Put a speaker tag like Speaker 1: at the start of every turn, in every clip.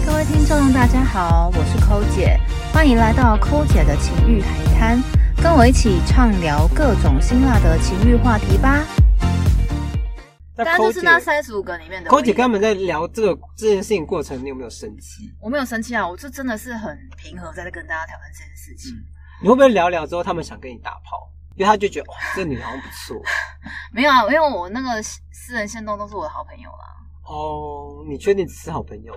Speaker 1: Hello，大家好，我是抠姐，欢迎来到抠姐的情欲海滩，跟我一起畅聊各种辛辣的情欲话题吧。
Speaker 2: 那
Speaker 1: 刚刚
Speaker 2: 抠
Speaker 1: 啊就是那
Speaker 2: 姐，
Speaker 1: 三十五个里面的
Speaker 2: 抠
Speaker 1: 我
Speaker 2: 姐
Speaker 1: 一个，
Speaker 2: 跟他们在聊这个这件事情过程，你有没有生气？
Speaker 1: 我没有生气啊，我就真的是很平和在跟大家讨论这件事情，
Speaker 2: 你会不会聊聊之后，他们想跟你打炮？因为他就觉得哇，这女的好像不 错
Speaker 1: 没有啊，因为我那个私人线动都是我的好朋友啊啦，
Speaker 2: 哦。你确定只是好朋友？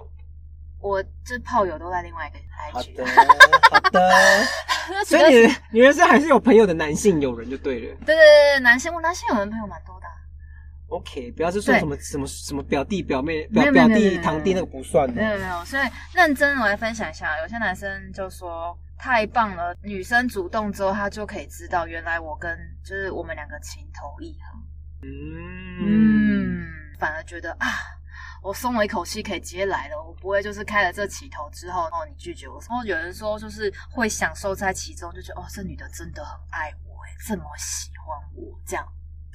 Speaker 1: 我这炮友都在另外一个
Speaker 2: 好
Speaker 1: IG，
Speaker 2: 的， 好的。所以你的你人生还是有朋友的男性友人就对了。
Speaker 1: 对对对对，男性我男性有人朋友蛮多的啊、
Speaker 2: OK，不要是说
Speaker 1: 对
Speaker 2: 什么什么什么表弟表妹
Speaker 1: 没有
Speaker 2: 表
Speaker 1: 没有
Speaker 2: 表
Speaker 1: 没有没
Speaker 2: 弟
Speaker 1: 有嗯
Speaker 2: 堂弟那个不算
Speaker 1: 没有
Speaker 2: 的。
Speaker 1: 没有，所以认真我来分享一下，有些男生就说太棒了，女生主动之后，他就可以知道原来我跟就是我们两个情投意合，
Speaker 2: 嗯，
Speaker 1: 嗯，反而觉得啊。我松了一口气，可以直接来了。我不会就是开了这起头之后，然后你拒绝我。然后有人说就是会享受在其中，就觉得哦，这女的真的很爱我、欸，这么喜欢我，这样，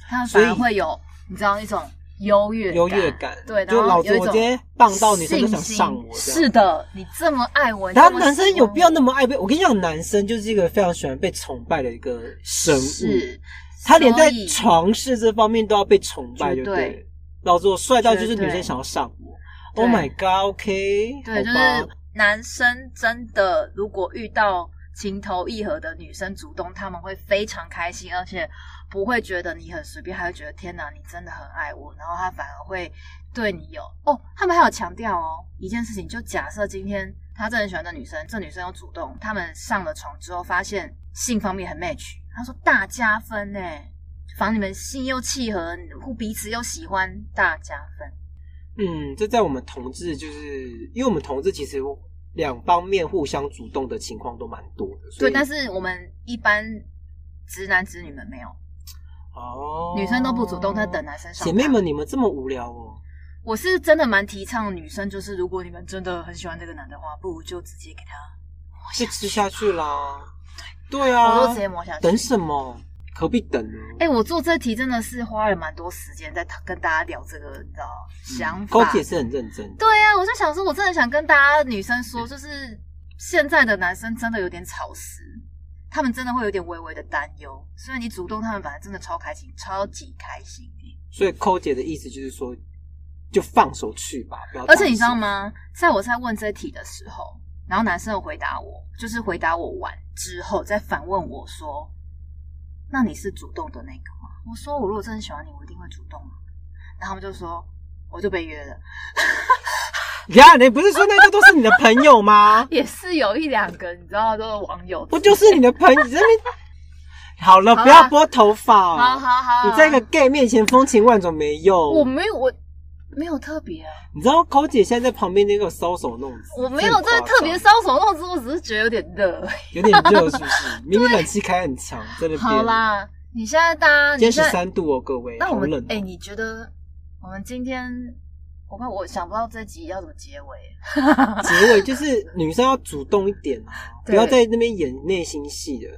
Speaker 1: 他
Speaker 2: 所
Speaker 1: 反
Speaker 2: 以
Speaker 1: 而会有你知道一种优越
Speaker 2: 优越感。
Speaker 1: 嗯对，然
Speaker 2: 就
Speaker 1: 后
Speaker 2: 老子
Speaker 1: 有一
Speaker 2: 我
Speaker 1: 种
Speaker 2: 今天棒到女生都想
Speaker 1: 信心
Speaker 2: 上我这样。
Speaker 1: 是的，你这么爱我，
Speaker 2: 然
Speaker 1: 你
Speaker 2: 后
Speaker 1: 这么
Speaker 2: 男生
Speaker 1: 喜欢
Speaker 2: 有必要
Speaker 1: 我
Speaker 2: 那么爱被？我跟你讲，男生就是一个非常喜欢被崇拜的一个生物，
Speaker 1: 是，
Speaker 2: 他连
Speaker 1: 所
Speaker 2: 在
Speaker 1: 以
Speaker 2: 床事这方面都要被崇拜，
Speaker 1: 绝
Speaker 2: 就对
Speaker 1: 对
Speaker 2: 了。老子我帅到就是
Speaker 1: 绝对
Speaker 2: 女生想要上我
Speaker 1: 对
Speaker 2: ，Oh my God，OK，、
Speaker 1: 对，就
Speaker 2: 好吧
Speaker 1: 是男生真的如果遇到情投意合的女生主动，他们会非常开心，而且不会觉得你很随便，还会觉得天哪，你真的很爱我，然后他反而会对你有哦。他们还有强调哦一件事情，就假设今天他真的很喜欢这女生，这女生有主动，他们上了床之后发现性方面很 match，他说大加分呢。欸防你们性又契合，互彼此又喜欢，大加分。
Speaker 2: 嗯，这在我们同志，就是因为我们同志其实两方面互相主动的情况都蛮多的，所
Speaker 1: 对，
Speaker 2: 以
Speaker 1: 但是我们一般直男直女们没有，
Speaker 2: 哦，
Speaker 1: 女生都不主动，在等。男生上。
Speaker 2: 姐妹，们，你们这么无聊哦？
Speaker 1: 我是真的蛮提倡女生，就是如果你们真的很喜欢这个男的话，不如就直接给他，
Speaker 2: 就吃下去啦。对
Speaker 1: 哦我
Speaker 2: 啊，
Speaker 1: 都直接磨下去。
Speaker 2: 等什么？何必等呢？
Speaker 1: 哎、我做这题真的是花了蛮多时间在跟大家聊这个，你知道
Speaker 2: 嗯
Speaker 1: 想
Speaker 2: 高
Speaker 1: 法。
Speaker 2: 姐是很认真的。
Speaker 1: 对啊，我就想说，我真的想跟大家女生
Speaker 2: 嗯
Speaker 1: 说，就是现在的男生真的有点草食，他们真的会有点微微的担忧，所以你主动，他们反而真的超开心，超级开心。
Speaker 2: 所以抠姐的意思就是说，就放手去吧，不要。
Speaker 1: 而且你知道？吗？在我在问这题的时候，然后男生有回答我，就是回答我完之后再反问我说：“那你是主动的那个吗？”我说：“我如果真的喜欢你，我一定会主动啊。”然后他们就说：“我就被约了。？
Speaker 2: 呀，你不是说那些都是你的朋友”吗
Speaker 1: 也是有一两个，你知道，都是网友。
Speaker 2: 不就是你的朋友？你在那边好了，
Speaker 1: 好啦啊
Speaker 2: 不要拨
Speaker 1: 好哦
Speaker 2: 头
Speaker 1: 好
Speaker 2: 发。
Speaker 1: 好，
Speaker 2: 哦你在一个 gay 面前风情万种没
Speaker 1: 我
Speaker 2: 用。
Speaker 1: 没有我。没有特别啊，
Speaker 2: 你知道抠姐现在在旁边那个搔首弄姿，
Speaker 1: 我没有
Speaker 2: 这
Speaker 1: 真的特别搔首弄姿，我只是觉得有点热。
Speaker 2: 有点热，是不是？ 明明冷气开很强，在那边。
Speaker 1: 好，啦，你现在大家，
Speaker 2: 今
Speaker 1: 你
Speaker 2: 天十
Speaker 1: 现在
Speaker 2: 三度哦，各位，
Speaker 1: 那我
Speaker 2: 好
Speaker 1: 们
Speaker 2: 冷哦
Speaker 1: 哎、你觉得我们今天，我怕我想不到这集要怎么结尾。
Speaker 2: 结尾就是女生要主动一点啊，
Speaker 1: 对
Speaker 2: 不要在那边演内心戏的，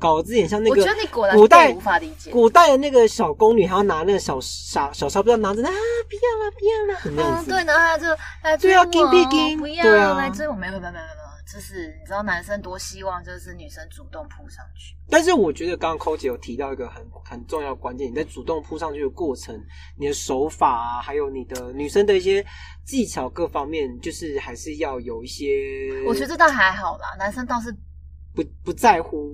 Speaker 2: 搞得自己很像那
Speaker 1: 我
Speaker 2: 个
Speaker 1: 觉得你果然
Speaker 2: 古代
Speaker 1: 对我无法理解。
Speaker 2: 古代的那个小宫女，还要拿那个小小小纱布，要拿着啊，不要了，不要了，什么
Speaker 1: 嗯，
Speaker 2: 样子？
Speaker 1: 对，然后他就来追
Speaker 2: 对啊
Speaker 1: 我，
Speaker 2: 金币金
Speaker 1: 不要
Speaker 2: 对啊
Speaker 1: 来追我，没有没有没有没有没有，就是你知道男生多希望就是女生主动扑上去，
Speaker 2: 但是我觉得刚刚抠姐有提到一个很很重要的关键，你在主动扑上去的过程，你的手法啊，还有你的女生的一些技巧各方面，就是还是要有一些，
Speaker 1: 我觉得这倒还好啦，男生倒是
Speaker 2: 不不在乎。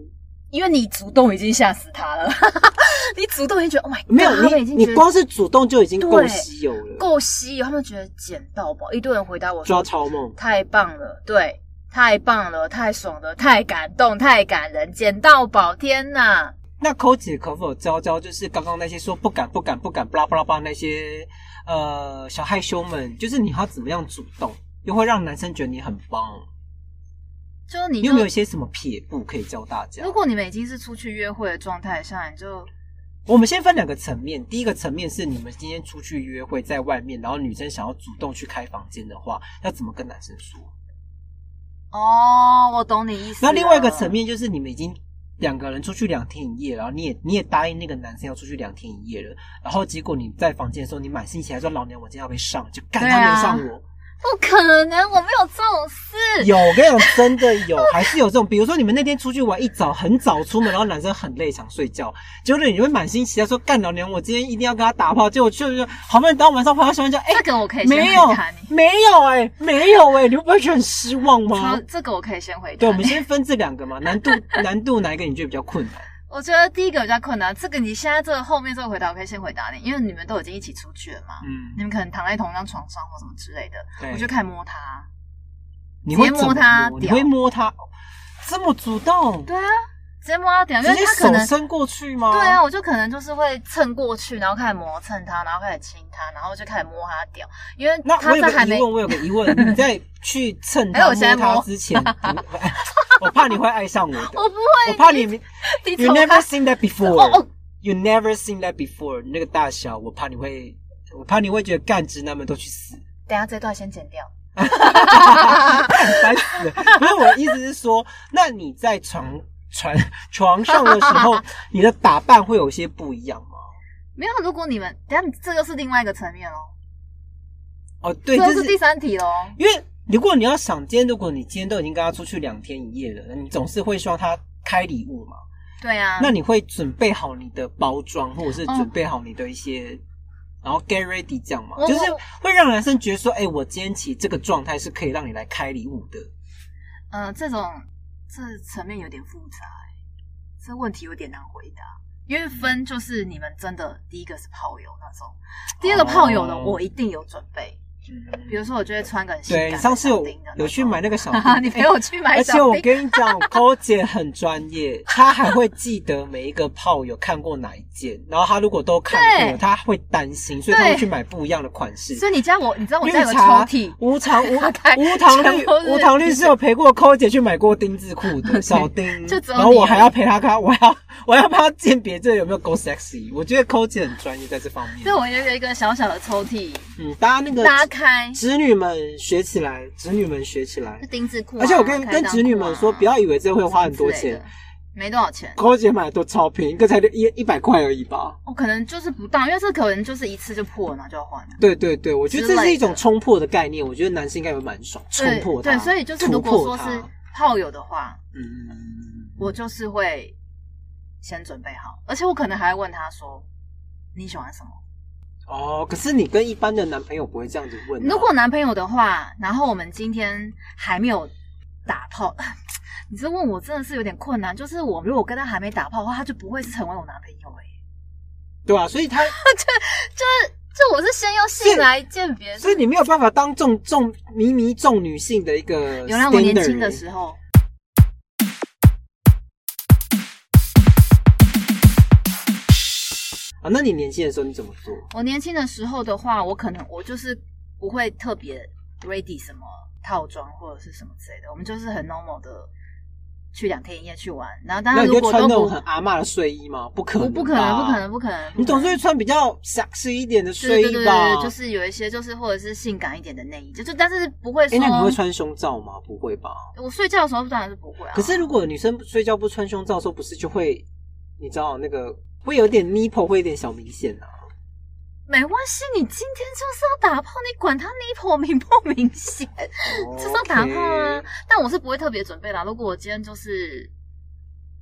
Speaker 1: 因为你主动已经吓死他了， 你主动已经觉得 Oh my God，
Speaker 2: 没有
Speaker 1: 他们已
Speaker 2: 你，
Speaker 1: 经
Speaker 2: 你
Speaker 1: 觉得
Speaker 2: 光是主动就已经够
Speaker 1: 对
Speaker 2: 稀有了，
Speaker 1: 够吸引，他们觉得捡到宝，一堆人回答我说
Speaker 2: 抓超梦。
Speaker 1: 太棒了，对，太棒了，太爽了，太感动，太感人，捡到宝，天呐！
Speaker 2: 那抠姐可否教教，就是刚刚那些说不敢、不敢、不敢、巴拉巴拉巴拉那些呃小害羞们，就是你要怎么样主动，又会让男生觉得你很棒？
Speaker 1: 就是你
Speaker 2: 你
Speaker 1: 就
Speaker 2: 有没有一些什么撇步可以教大家
Speaker 1: 如？果你们已经是出去约会的状态下，你就
Speaker 2: 我们先分两个层面，第一个层面是你们今天出去约会，在外面，然后女生想要主动去开房间的话，要怎么跟男生说？
Speaker 1: 哦，我懂你意思了。
Speaker 2: 那另外一个层面就是你们已经两个人出去两天一夜，然后你也你也答应那个男生要出去两天一夜了，然后结果你在房间的时候，你满心期待说老娘我今天要被上，就干
Speaker 1: 对
Speaker 2: 他
Speaker 1: 啊
Speaker 2: 没上我，
Speaker 1: 不可能，我没有这种事。
Speaker 2: 有，我跟你讲，真的有，还是有这种。比如说，你们那天出去玩，一早很早出门，然后男生很累，想睡觉，结果你会满心期待说，干老娘，我今天一定要跟他打炮。结果去了就好不容易到晚上回到小房间，哎、
Speaker 1: 这个我可以先
Speaker 2: 没有
Speaker 1: 回答，你，
Speaker 2: 没有、哎，没有、哎，你不会觉得很失望吗
Speaker 1: 超？这个我可以先回答你。
Speaker 2: 对，我们先分这两个嘛，难度难度哪一个你觉得比较困难？
Speaker 1: 我觉得第一个比较困难，这个你现在这个后面这个回答我可以先回答你，因为你们都已经一起出去了嘛，你
Speaker 2: 嗯，
Speaker 1: 们可能躺在同一张床上或什么之类的，
Speaker 2: 对
Speaker 1: 我就开始摸他。
Speaker 2: 你会
Speaker 1: 直接
Speaker 2: 怎么
Speaker 1: 摸他
Speaker 2: 摸？你
Speaker 1: 屌
Speaker 2: 会摸他这么主动？
Speaker 1: 对啊，直接摸到点，因
Speaker 2: 直
Speaker 1: 为
Speaker 2: 接
Speaker 1: 他可
Speaker 2: 手
Speaker 1: 能
Speaker 2: 伸过去吗？
Speaker 1: 对啊，，我就可能就是会蹭过去，然后开始磨蹭他，然后开始亲他，然后就开始摸他屌，因为
Speaker 2: 那
Speaker 1: 他
Speaker 2: 我有
Speaker 1: 这还
Speaker 2: 个
Speaker 1: 没
Speaker 2: 疑问，我有个疑 问，你在去蹭
Speaker 1: 哎
Speaker 2: 他
Speaker 1: 我现在
Speaker 2: 摸他
Speaker 1: 摸
Speaker 2: 之 前，不我怕你会爱上我的，
Speaker 1: 我不会，
Speaker 2: 我怕你没
Speaker 1: 你
Speaker 2: ，You
Speaker 1: 从他
Speaker 2: never seen that
Speaker 1: 哦哦
Speaker 2: before。You never seen that before，那个大小，我怕你会，我怕你会觉得干直男们都去死，
Speaker 1: 等一下这段先剪掉。
Speaker 2: 烦死了。不是我的意思是说，那你在床床床上的时 候，你的打扮会有些不一样吗？
Speaker 1: 没有，如果你们等一下这又是另外一个层面哦，
Speaker 2: 哦，对，
Speaker 1: 这
Speaker 2: 这
Speaker 1: 又是
Speaker 2: 是
Speaker 1: 第三题喽。
Speaker 2: 因为如果你要想，今天如果你今天都已经跟他出去两天一夜了，你总是会希望他开礼物嘛？
Speaker 1: 对啊，
Speaker 2: 那你会准备好你的包装，或者是准备好你的一些，然后 get ready 这样嘛？
Speaker 1: 我
Speaker 2: 就是会让男生觉得说，哎、我今天起这个状态是可以让你来开礼物的。
Speaker 1: 呃，这种这层面有点复杂、欸，这问题有点难回答，因为分就是你们真的第一个是炮友那种，第二个炮友呢，
Speaker 2: 哦
Speaker 1: 我一定有准备，比嗯如说我就会穿个很性感
Speaker 2: 对，
Speaker 1: 的
Speaker 2: 上次有
Speaker 1: 小丁的那种
Speaker 2: 有去买那个小
Speaker 1: 哈 哈，你陪我去买
Speaker 2: 而且
Speaker 1: 小
Speaker 2: 我
Speaker 1: 丁，
Speaker 2: 跟你讲，抠姐很专业，她还会记得每一个炮友看过哪一件，然后她如果都看过，
Speaker 1: 对
Speaker 2: 她会担心，所以她会
Speaker 1: 对
Speaker 2: 去买不一样的款式。
Speaker 1: 所以你家我，你知道我
Speaker 2: 绿
Speaker 1: 家有个抽
Speaker 2: 茶
Speaker 1: 屉，
Speaker 2: 无糖无
Speaker 1: 开
Speaker 2: 无糖绿
Speaker 1: 全部是
Speaker 2: 无糖绿是有陪过抠姐去买过丁字 裤的小丁，
Speaker 1: 就只有
Speaker 2: 然后
Speaker 1: 你
Speaker 2: 我
Speaker 1: 而
Speaker 2: 还
Speaker 1: 已
Speaker 2: 要陪她看，我还要我还要帮她鉴别这有没有 go sexy。我觉得抠姐很专业在这方
Speaker 1: 所以
Speaker 2: 面。
Speaker 1: 我有有一个小小的抽屉
Speaker 2: 嗯，大家那个
Speaker 1: 拉开，
Speaker 2: 侄女们学起来，侄女们学起来
Speaker 1: 是。丁字裤啊、
Speaker 2: 而且我跟
Speaker 1: 开
Speaker 2: 跟
Speaker 1: 裆
Speaker 2: 侄女
Speaker 1: 裤啊
Speaker 2: 们说，不要以为这会花很多
Speaker 1: 之类的
Speaker 2: 钱，，
Speaker 1: 没多少钱。
Speaker 2: 抠姐买的都超便宜，一个才一一百块而已吧。
Speaker 1: 我、哦可能就是不当，因为这可能就是一次就破了，然后就要换了。
Speaker 2: 对对对，我觉
Speaker 1: 之
Speaker 2: 得
Speaker 1: 类
Speaker 2: 这是
Speaker 1: 的
Speaker 2: 一种冲破的概念，我觉得男生应该会蛮爽，冲
Speaker 1: 对
Speaker 2: 破它，
Speaker 1: 对，所以就是
Speaker 2: 突
Speaker 1: 如果
Speaker 2: 破
Speaker 1: 说
Speaker 2: 它
Speaker 1: 是炮友的话，
Speaker 2: 嗯，
Speaker 1: 我就是会先准备好，而且我可能还会问他说你喜欢什么。
Speaker 2: 哦，可是你跟一般的男朋友不会这样子问啊、
Speaker 1: 如果男朋友的话，然后我们今天还没有打炮， 你这问我真的是有点困难。就是我如果跟他还没打炮的话，他就不会成为我男朋友哎、
Speaker 2: 对啊，所以他，
Speaker 1: 就我是先用性来鉴别，
Speaker 2: 所以你没有办法当众众迷迷众女性的一个 standard 欸。
Speaker 1: 原来我年轻的时候。
Speaker 2: 啊，那你年轻的时候你怎么做？
Speaker 1: 我年轻的时候的话，我可能我就是不会特别 ready 什么套装或者是什么之类的，我们就是很 normal 的去两天一夜去玩。然后当
Speaker 2: 那
Speaker 1: 然
Speaker 2: 你
Speaker 1: 如
Speaker 2: 就
Speaker 1: 果
Speaker 2: 穿
Speaker 1: 都
Speaker 2: 那种
Speaker 1: 不
Speaker 2: 很阿嬷的睡衣吗？不可
Speaker 1: 不
Speaker 2: 能，
Speaker 1: 不可能不可。能不可能，
Speaker 2: 你总
Speaker 1: 不可
Speaker 2: 是会
Speaker 1: 能
Speaker 2: 穿比较狭饰一点的睡
Speaker 1: 对对对对，
Speaker 2: 衣吧？
Speaker 1: 对就是有一些就是或者是性感一点的内衣，就就但是不会
Speaker 2: 哎、
Speaker 1: 说。
Speaker 2: 那你会穿胸罩吗？不会吧？
Speaker 1: 我睡觉的时候当然是不会啊。
Speaker 2: 可是如果女生睡觉不穿胸罩的时候，不是就会，你知道那个会有点 nipple 会有点小明显啊？
Speaker 1: 没关系，你今天就是要打炮，你管他 nipple 明不明显， 就是要打炮啊
Speaker 2: OK。
Speaker 1: 但我是不会特别准备啦。如果我今天就是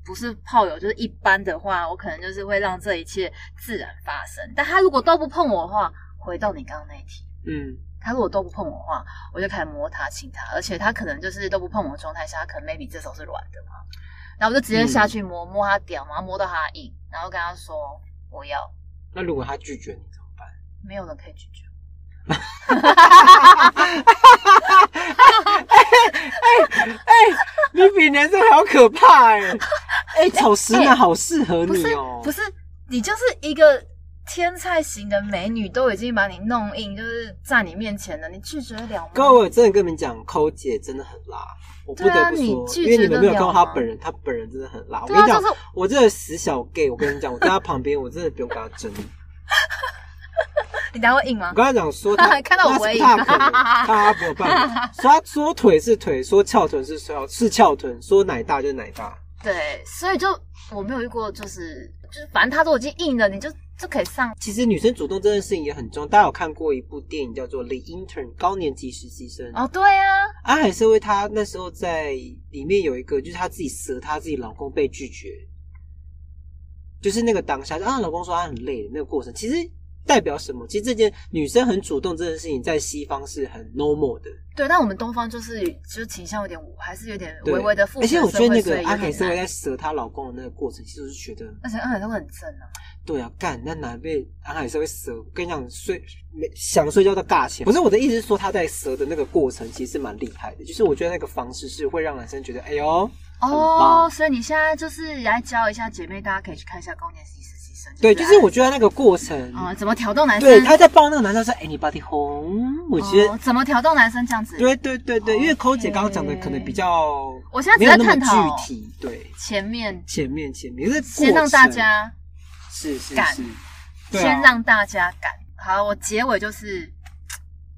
Speaker 1: 不是炮友，就是一般的话，我可能就是会让这一切自然发生。但他如果都不碰我的话，回到你刚刚那一题，
Speaker 2: 嗯，
Speaker 1: 他如果都不碰我的话，我就开始摸他、亲他，而且他可能就是都不碰我的状态下，他可能 maybe 这手是软的嘛，然后我就直接下去
Speaker 2: 嗯
Speaker 1: 摸、摸他屌嘛，然后摸到他硬，然后跟他说我要，
Speaker 2: 那如果他拒绝你怎么办？
Speaker 1: 没有人可以拒绝。
Speaker 2: 你比男生还要可怕哎、哎、草食男好适合
Speaker 1: 不
Speaker 2: 你
Speaker 1: 是
Speaker 2: 哦、
Speaker 1: 不是，你就是一个天菜型的美女，都已经把你弄硬，就是在你面前了，你拒绝得了吗？
Speaker 2: 各位，我真的跟你们讲，抠姐真的很辣，我不
Speaker 1: 对啊
Speaker 2: 得不说，
Speaker 1: 你
Speaker 2: 因
Speaker 1: 拒
Speaker 2: 为
Speaker 1: 绝
Speaker 2: 你们没有看到
Speaker 1: 得了
Speaker 2: 她
Speaker 1: 吗
Speaker 2: 本人，她本人真的很辣。我
Speaker 1: 对
Speaker 2: 跟你
Speaker 1: 啊，
Speaker 2: 讲
Speaker 1: 就，是
Speaker 2: 我这个死小 gay，我跟你讲，我在她 旁边，我真的不用跟她争。
Speaker 1: 你等下会硬吗
Speaker 2: 我？刚才讲说他
Speaker 1: 看到我
Speaker 2: 他
Speaker 1: 回
Speaker 2: 是
Speaker 1: 应
Speaker 2: 大可 能，他没有办法。说他说腿是腿，说翘臀是翘是翘臀，说奶大就是奶大。
Speaker 1: 对，所以就我没有遇过，就是就是，反正他都已经硬了，你就这可以上
Speaker 2: 其实女生主动这件事情也很重要。大家有看过一部电影叫做《The Intern》高年级实习生，
Speaker 1: 哦，对啊，
Speaker 2: 安海社会她那时候在里面有一个，就是她自己蛇，她自己老公被拒绝，就是那个当下，啊，老公说她很累的那个过程，其实代表什么？其实这件女生很主动这件事情，在西方是很 normal 的，
Speaker 1: 对，但我们东方就是就是倾向有点，还是有点
Speaker 2: 对
Speaker 1: 微微的父
Speaker 2: 而
Speaker 1: 权
Speaker 2: 且
Speaker 1: 社
Speaker 2: 我
Speaker 1: 会，
Speaker 2: 觉
Speaker 1: 所以
Speaker 2: 得那个
Speaker 1: 有
Speaker 2: 安海
Speaker 1: 点
Speaker 2: 社会
Speaker 1: 难
Speaker 2: 在蛇她老公的那个过程，其实我是觉得，
Speaker 1: 而且安海社会很正啊，
Speaker 2: 对啊，干那男被安海社会蛇，我跟你讲睡没想睡觉都尬起来。不是我的意思是说，她在蛇的那个过程其实是蛮厉害的，就是我觉得那个方式是会让男生觉得，哎呦。
Speaker 1: 哦，所以你现在就是来教一下姐妹，大家可以去看一下高年级实习生。
Speaker 2: 对，就是我
Speaker 1: 哎
Speaker 2: 觉得那个过程，
Speaker 1: 啊、怎么挑逗男生？
Speaker 2: 对，他在抱那个男生说：“哎、你把你红。”我觉得，
Speaker 1: 哦、怎么挑逗男生这样子？，
Speaker 2: 对对对对，因为
Speaker 1: OK
Speaker 2: 抠姐刚刚讲的可能比较
Speaker 1: 我现在只
Speaker 2: 没有
Speaker 1: 在
Speaker 2: 那
Speaker 1: 探
Speaker 2: 么
Speaker 1: 讨
Speaker 2: 具体，对，
Speaker 1: 前面
Speaker 2: 前面前面是
Speaker 1: 先让大家
Speaker 2: 是是
Speaker 1: 敢
Speaker 2: 是，对啊
Speaker 1: 先让大家敢。好，我结尾就是，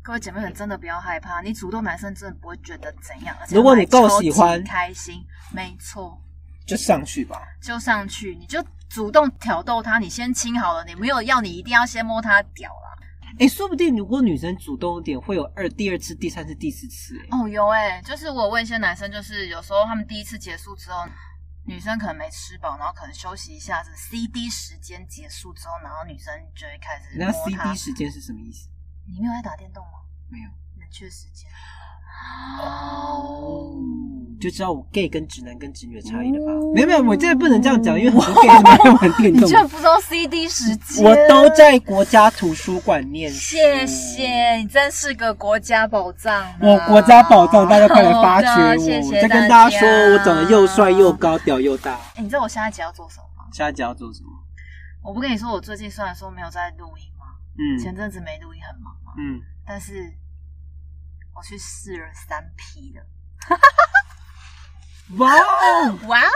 Speaker 1: 各位姐妹们真的不要害怕，你主动男生真的不会觉得怎样。而且
Speaker 2: 如果你够
Speaker 1: 还超级
Speaker 2: 喜欢
Speaker 1: 开心，没错，
Speaker 2: 就上去吧。
Speaker 1: 就上去，你就主动挑逗他，你先亲好了，你没有要你一定要先摸他屌啦。
Speaker 2: 哎、说不定如果女生主动一点，会有二、第二次、第三次、第四次、哎
Speaker 1: 哦，有哎、就是我问一些男生，就是有时候他们第一次结束之后，女生可能没吃饱，然后可能休息一下子，CD 时间结束之后，然后女生就会开始
Speaker 2: 那
Speaker 1: 摸他
Speaker 2: CD。时间是什么意思？
Speaker 1: 你没有在打电动吗？
Speaker 2: 没有，
Speaker 1: 冷却时间。
Speaker 2: 就知道我 gay 跟直男跟直女的差异了吧？
Speaker 1: 哦
Speaker 2: 没有没有，我这不能这样讲，因为 很多 gay 跟直男玩电
Speaker 1: 你
Speaker 2: 动
Speaker 1: 居，然不知道 CD 时间？
Speaker 2: 我都。在国家图书馆念书。
Speaker 1: 谢谢，你真是个国家宝藏啊、
Speaker 2: 我国家宝藏，大家快来发掘
Speaker 1: 好的
Speaker 2: 我！
Speaker 1: 哦谢谢
Speaker 2: 再跟
Speaker 1: 大
Speaker 2: 大家说，我长得又帅又。高，屌又大。
Speaker 1: 哎、你知道我下一集要做什么吗？
Speaker 2: 下一集要做什么？
Speaker 1: 我不跟你说，我最近虽然说没有在录音嘛，前
Speaker 2: 嗯
Speaker 1: 阵子没录音很忙嘛，
Speaker 2: 嗯，
Speaker 1: 但是我去试了三批的。
Speaker 2: 哇哦！
Speaker 1: 哇哦！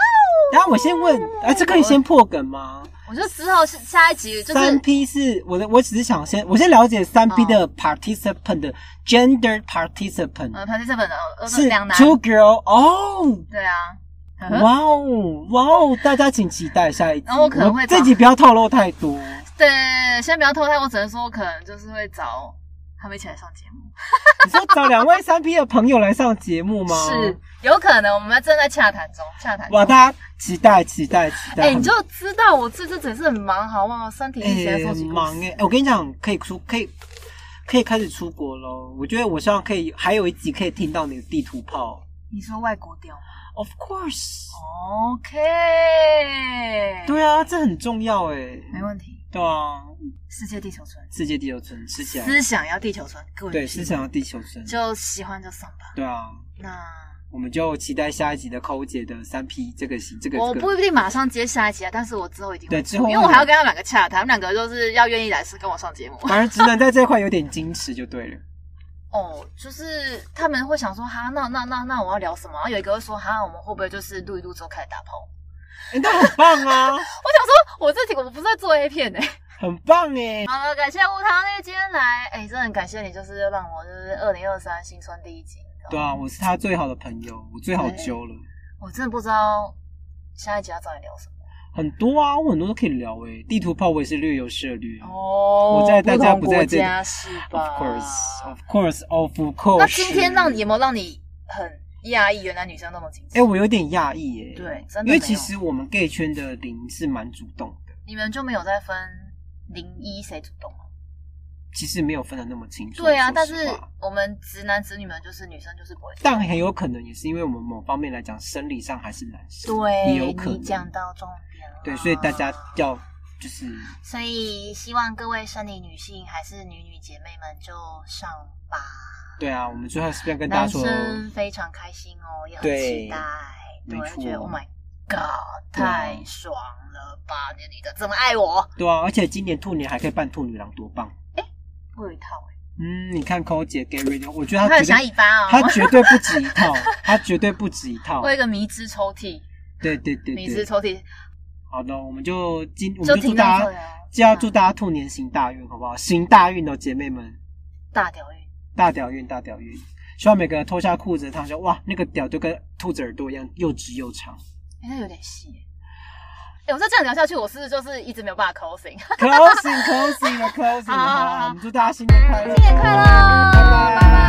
Speaker 2: 然后我先问，
Speaker 1: 嗯
Speaker 2: 哎，这可以先破梗吗？
Speaker 1: 我就之后是下一集就
Speaker 2: 三
Speaker 1: 是嗯
Speaker 2: P 是我的，我只是想先，我先了解三 P 的 participant 的 gender participant
Speaker 1: 呃 p a r t i c i p a n 呃
Speaker 2: 是
Speaker 1: 两男
Speaker 2: two girl 哦。
Speaker 1: 对啊。呵呵
Speaker 2: 哇哦，哇哦！大家请期待下一集。
Speaker 1: 然后我可能会
Speaker 2: 这集不要透露太多。你
Speaker 1: 对，先不要偷太，我只能说我可能就是会找他们一起来上节目，
Speaker 2: 说找两位三 P 的朋友来上节目吗？
Speaker 1: 是有可能，我们正在洽谈中，洽谈中
Speaker 2: 哇，。大家期待期待期待！
Speaker 1: 哎、你就知道我这阵子也是很忙，好不好？身体一直在
Speaker 2: 哎、
Speaker 1: 收
Speaker 2: 很
Speaker 1: 集故
Speaker 2: 忙
Speaker 1: 事
Speaker 2: 哎、哎我跟你讲，可以出可以可以开始出国喽。我觉得我希望可以还有一集可以听到你的地图炮。
Speaker 1: 你说外国调吗
Speaker 2: Of course，、
Speaker 1: ？OK，，
Speaker 2: 对啊，这很重要哎、
Speaker 1: 没问题。
Speaker 2: 对啊，
Speaker 1: 世界地球村，
Speaker 2: 世界地球村吃起来，
Speaker 1: 思想要地球村，各位
Speaker 2: 对，思想的地球村，
Speaker 1: 就喜欢就上吧。
Speaker 2: 对啊，
Speaker 1: 那
Speaker 2: 我们就期待下一集的扣姐的三 P 这个行这个
Speaker 1: 我
Speaker 2: 这
Speaker 1: 不
Speaker 2: 个。
Speaker 1: 一定马上接下一集啊，但是我之后一定会
Speaker 2: 对
Speaker 1: 做
Speaker 2: 之后会
Speaker 1: 因为我还要跟他们两个洽谈，他们两个就是要愿意来是跟我上节目。
Speaker 2: 反而直男在这一块有点矜持就对了，
Speaker 1: 哦，就是他们会想说，哈，那那那那我要聊什么？然后有一个会说，哈，我们会不会就是录一录之后开始打炮？
Speaker 2: 哎、那很棒啊，
Speaker 1: 我想说， 我自己我不是在做 A 片哎、
Speaker 2: 很棒哎、
Speaker 1: 好了，感谢吴糖烈今天来，哎、真的很感谢你，就是让我就是二零二三新春第一集。你知道吗
Speaker 2: 对啊，我是他最好的朋友，我最好
Speaker 1: 对
Speaker 2: 揪了。
Speaker 1: 我真的不知道下一集要找你聊
Speaker 2: 嗯
Speaker 1: 什么。
Speaker 2: 很多啊，我很多都可以聊诶、地图炮我也是略有涉略。啊
Speaker 1: 哦
Speaker 2: 我在大家
Speaker 1: 不
Speaker 2: 不
Speaker 1: 同国
Speaker 2: 在这里
Speaker 1: 家是
Speaker 2: of
Speaker 1: 吧
Speaker 2: course, of course, of course。
Speaker 1: 那今天让你有没有让你很讶异？原来女生那么矜持。
Speaker 2: 哎、我有点讶异耶。
Speaker 1: 对真的没
Speaker 2: 因
Speaker 1: 有
Speaker 2: 为其实我们 gay 圈的零是蛮主动的，
Speaker 1: 你们就没有在分零一谁主动吗？
Speaker 2: 其实没有分的那么清楚。
Speaker 1: 对啊，
Speaker 2: 说
Speaker 1: 但
Speaker 2: 实
Speaker 1: 是
Speaker 2: 话
Speaker 1: 我们直男直女们就是女生就是不会主动。
Speaker 2: 但很有可能也是因为我们某方面来讲，生理上还是男生，
Speaker 1: 对，啊
Speaker 2: 也有可能。
Speaker 1: 你讲到重点了。
Speaker 2: 对，所以大家要就是
Speaker 1: 所以希望各位生理女性还是女女姐妹们就上吧。
Speaker 2: 对啊，我们最后是不是要跟大家
Speaker 1: 男
Speaker 2: 说，
Speaker 1: 生非常开心哦，也很
Speaker 2: 对
Speaker 1: 期待，对，
Speaker 2: 没
Speaker 1: 我觉得
Speaker 2: 错
Speaker 1: Oh my God，太爽了吧！你女的这么爱我，
Speaker 2: 对啊，而且今年兔年还可以扮兔女郎，多棒！
Speaker 1: 我有一套哎、
Speaker 2: 嗯，你看 Cole 姐 Gary，我觉
Speaker 1: 欸，
Speaker 2: 得
Speaker 1: 还
Speaker 2: 她
Speaker 1: 有
Speaker 2: 绝对
Speaker 1: 小尾巴
Speaker 2: 他
Speaker 1: 哦，
Speaker 2: 绝对不止一套，他绝对不止一套
Speaker 1: 我。有一个迷之抽屉，
Speaker 2: 对对对
Speaker 1: 迷之
Speaker 2: 对，
Speaker 1: 抽屉
Speaker 2: 好的，我们就今我
Speaker 1: 就
Speaker 2: 们就祝
Speaker 1: 停到
Speaker 2: 大
Speaker 1: 这
Speaker 2: 家
Speaker 1: 里，啊，
Speaker 2: 就要祝大家兔年行大运，好不好？行大运哦，姐妹们，
Speaker 1: 大屌运。
Speaker 2: 大屌运，大屌运！希望每个人脱下裤子的他说哇，那个屌就跟兔子耳朵一样又直又长。
Speaker 1: 哎、那有点细耶，哎，我再这样聊下去，我是不是就是一直没有办法 closing？
Speaker 2: closing closing 了 closing 了，
Speaker 1: 好好
Speaker 2: 好
Speaker 1: 好
Speaker 2: 啦，我们祝大家新年快乐，
Speaker 1: 新年快乐，
Speaker 2: 嗯拜
Speaker 1: 拜
Speaker 2: 拜
Speaker 1: 拜。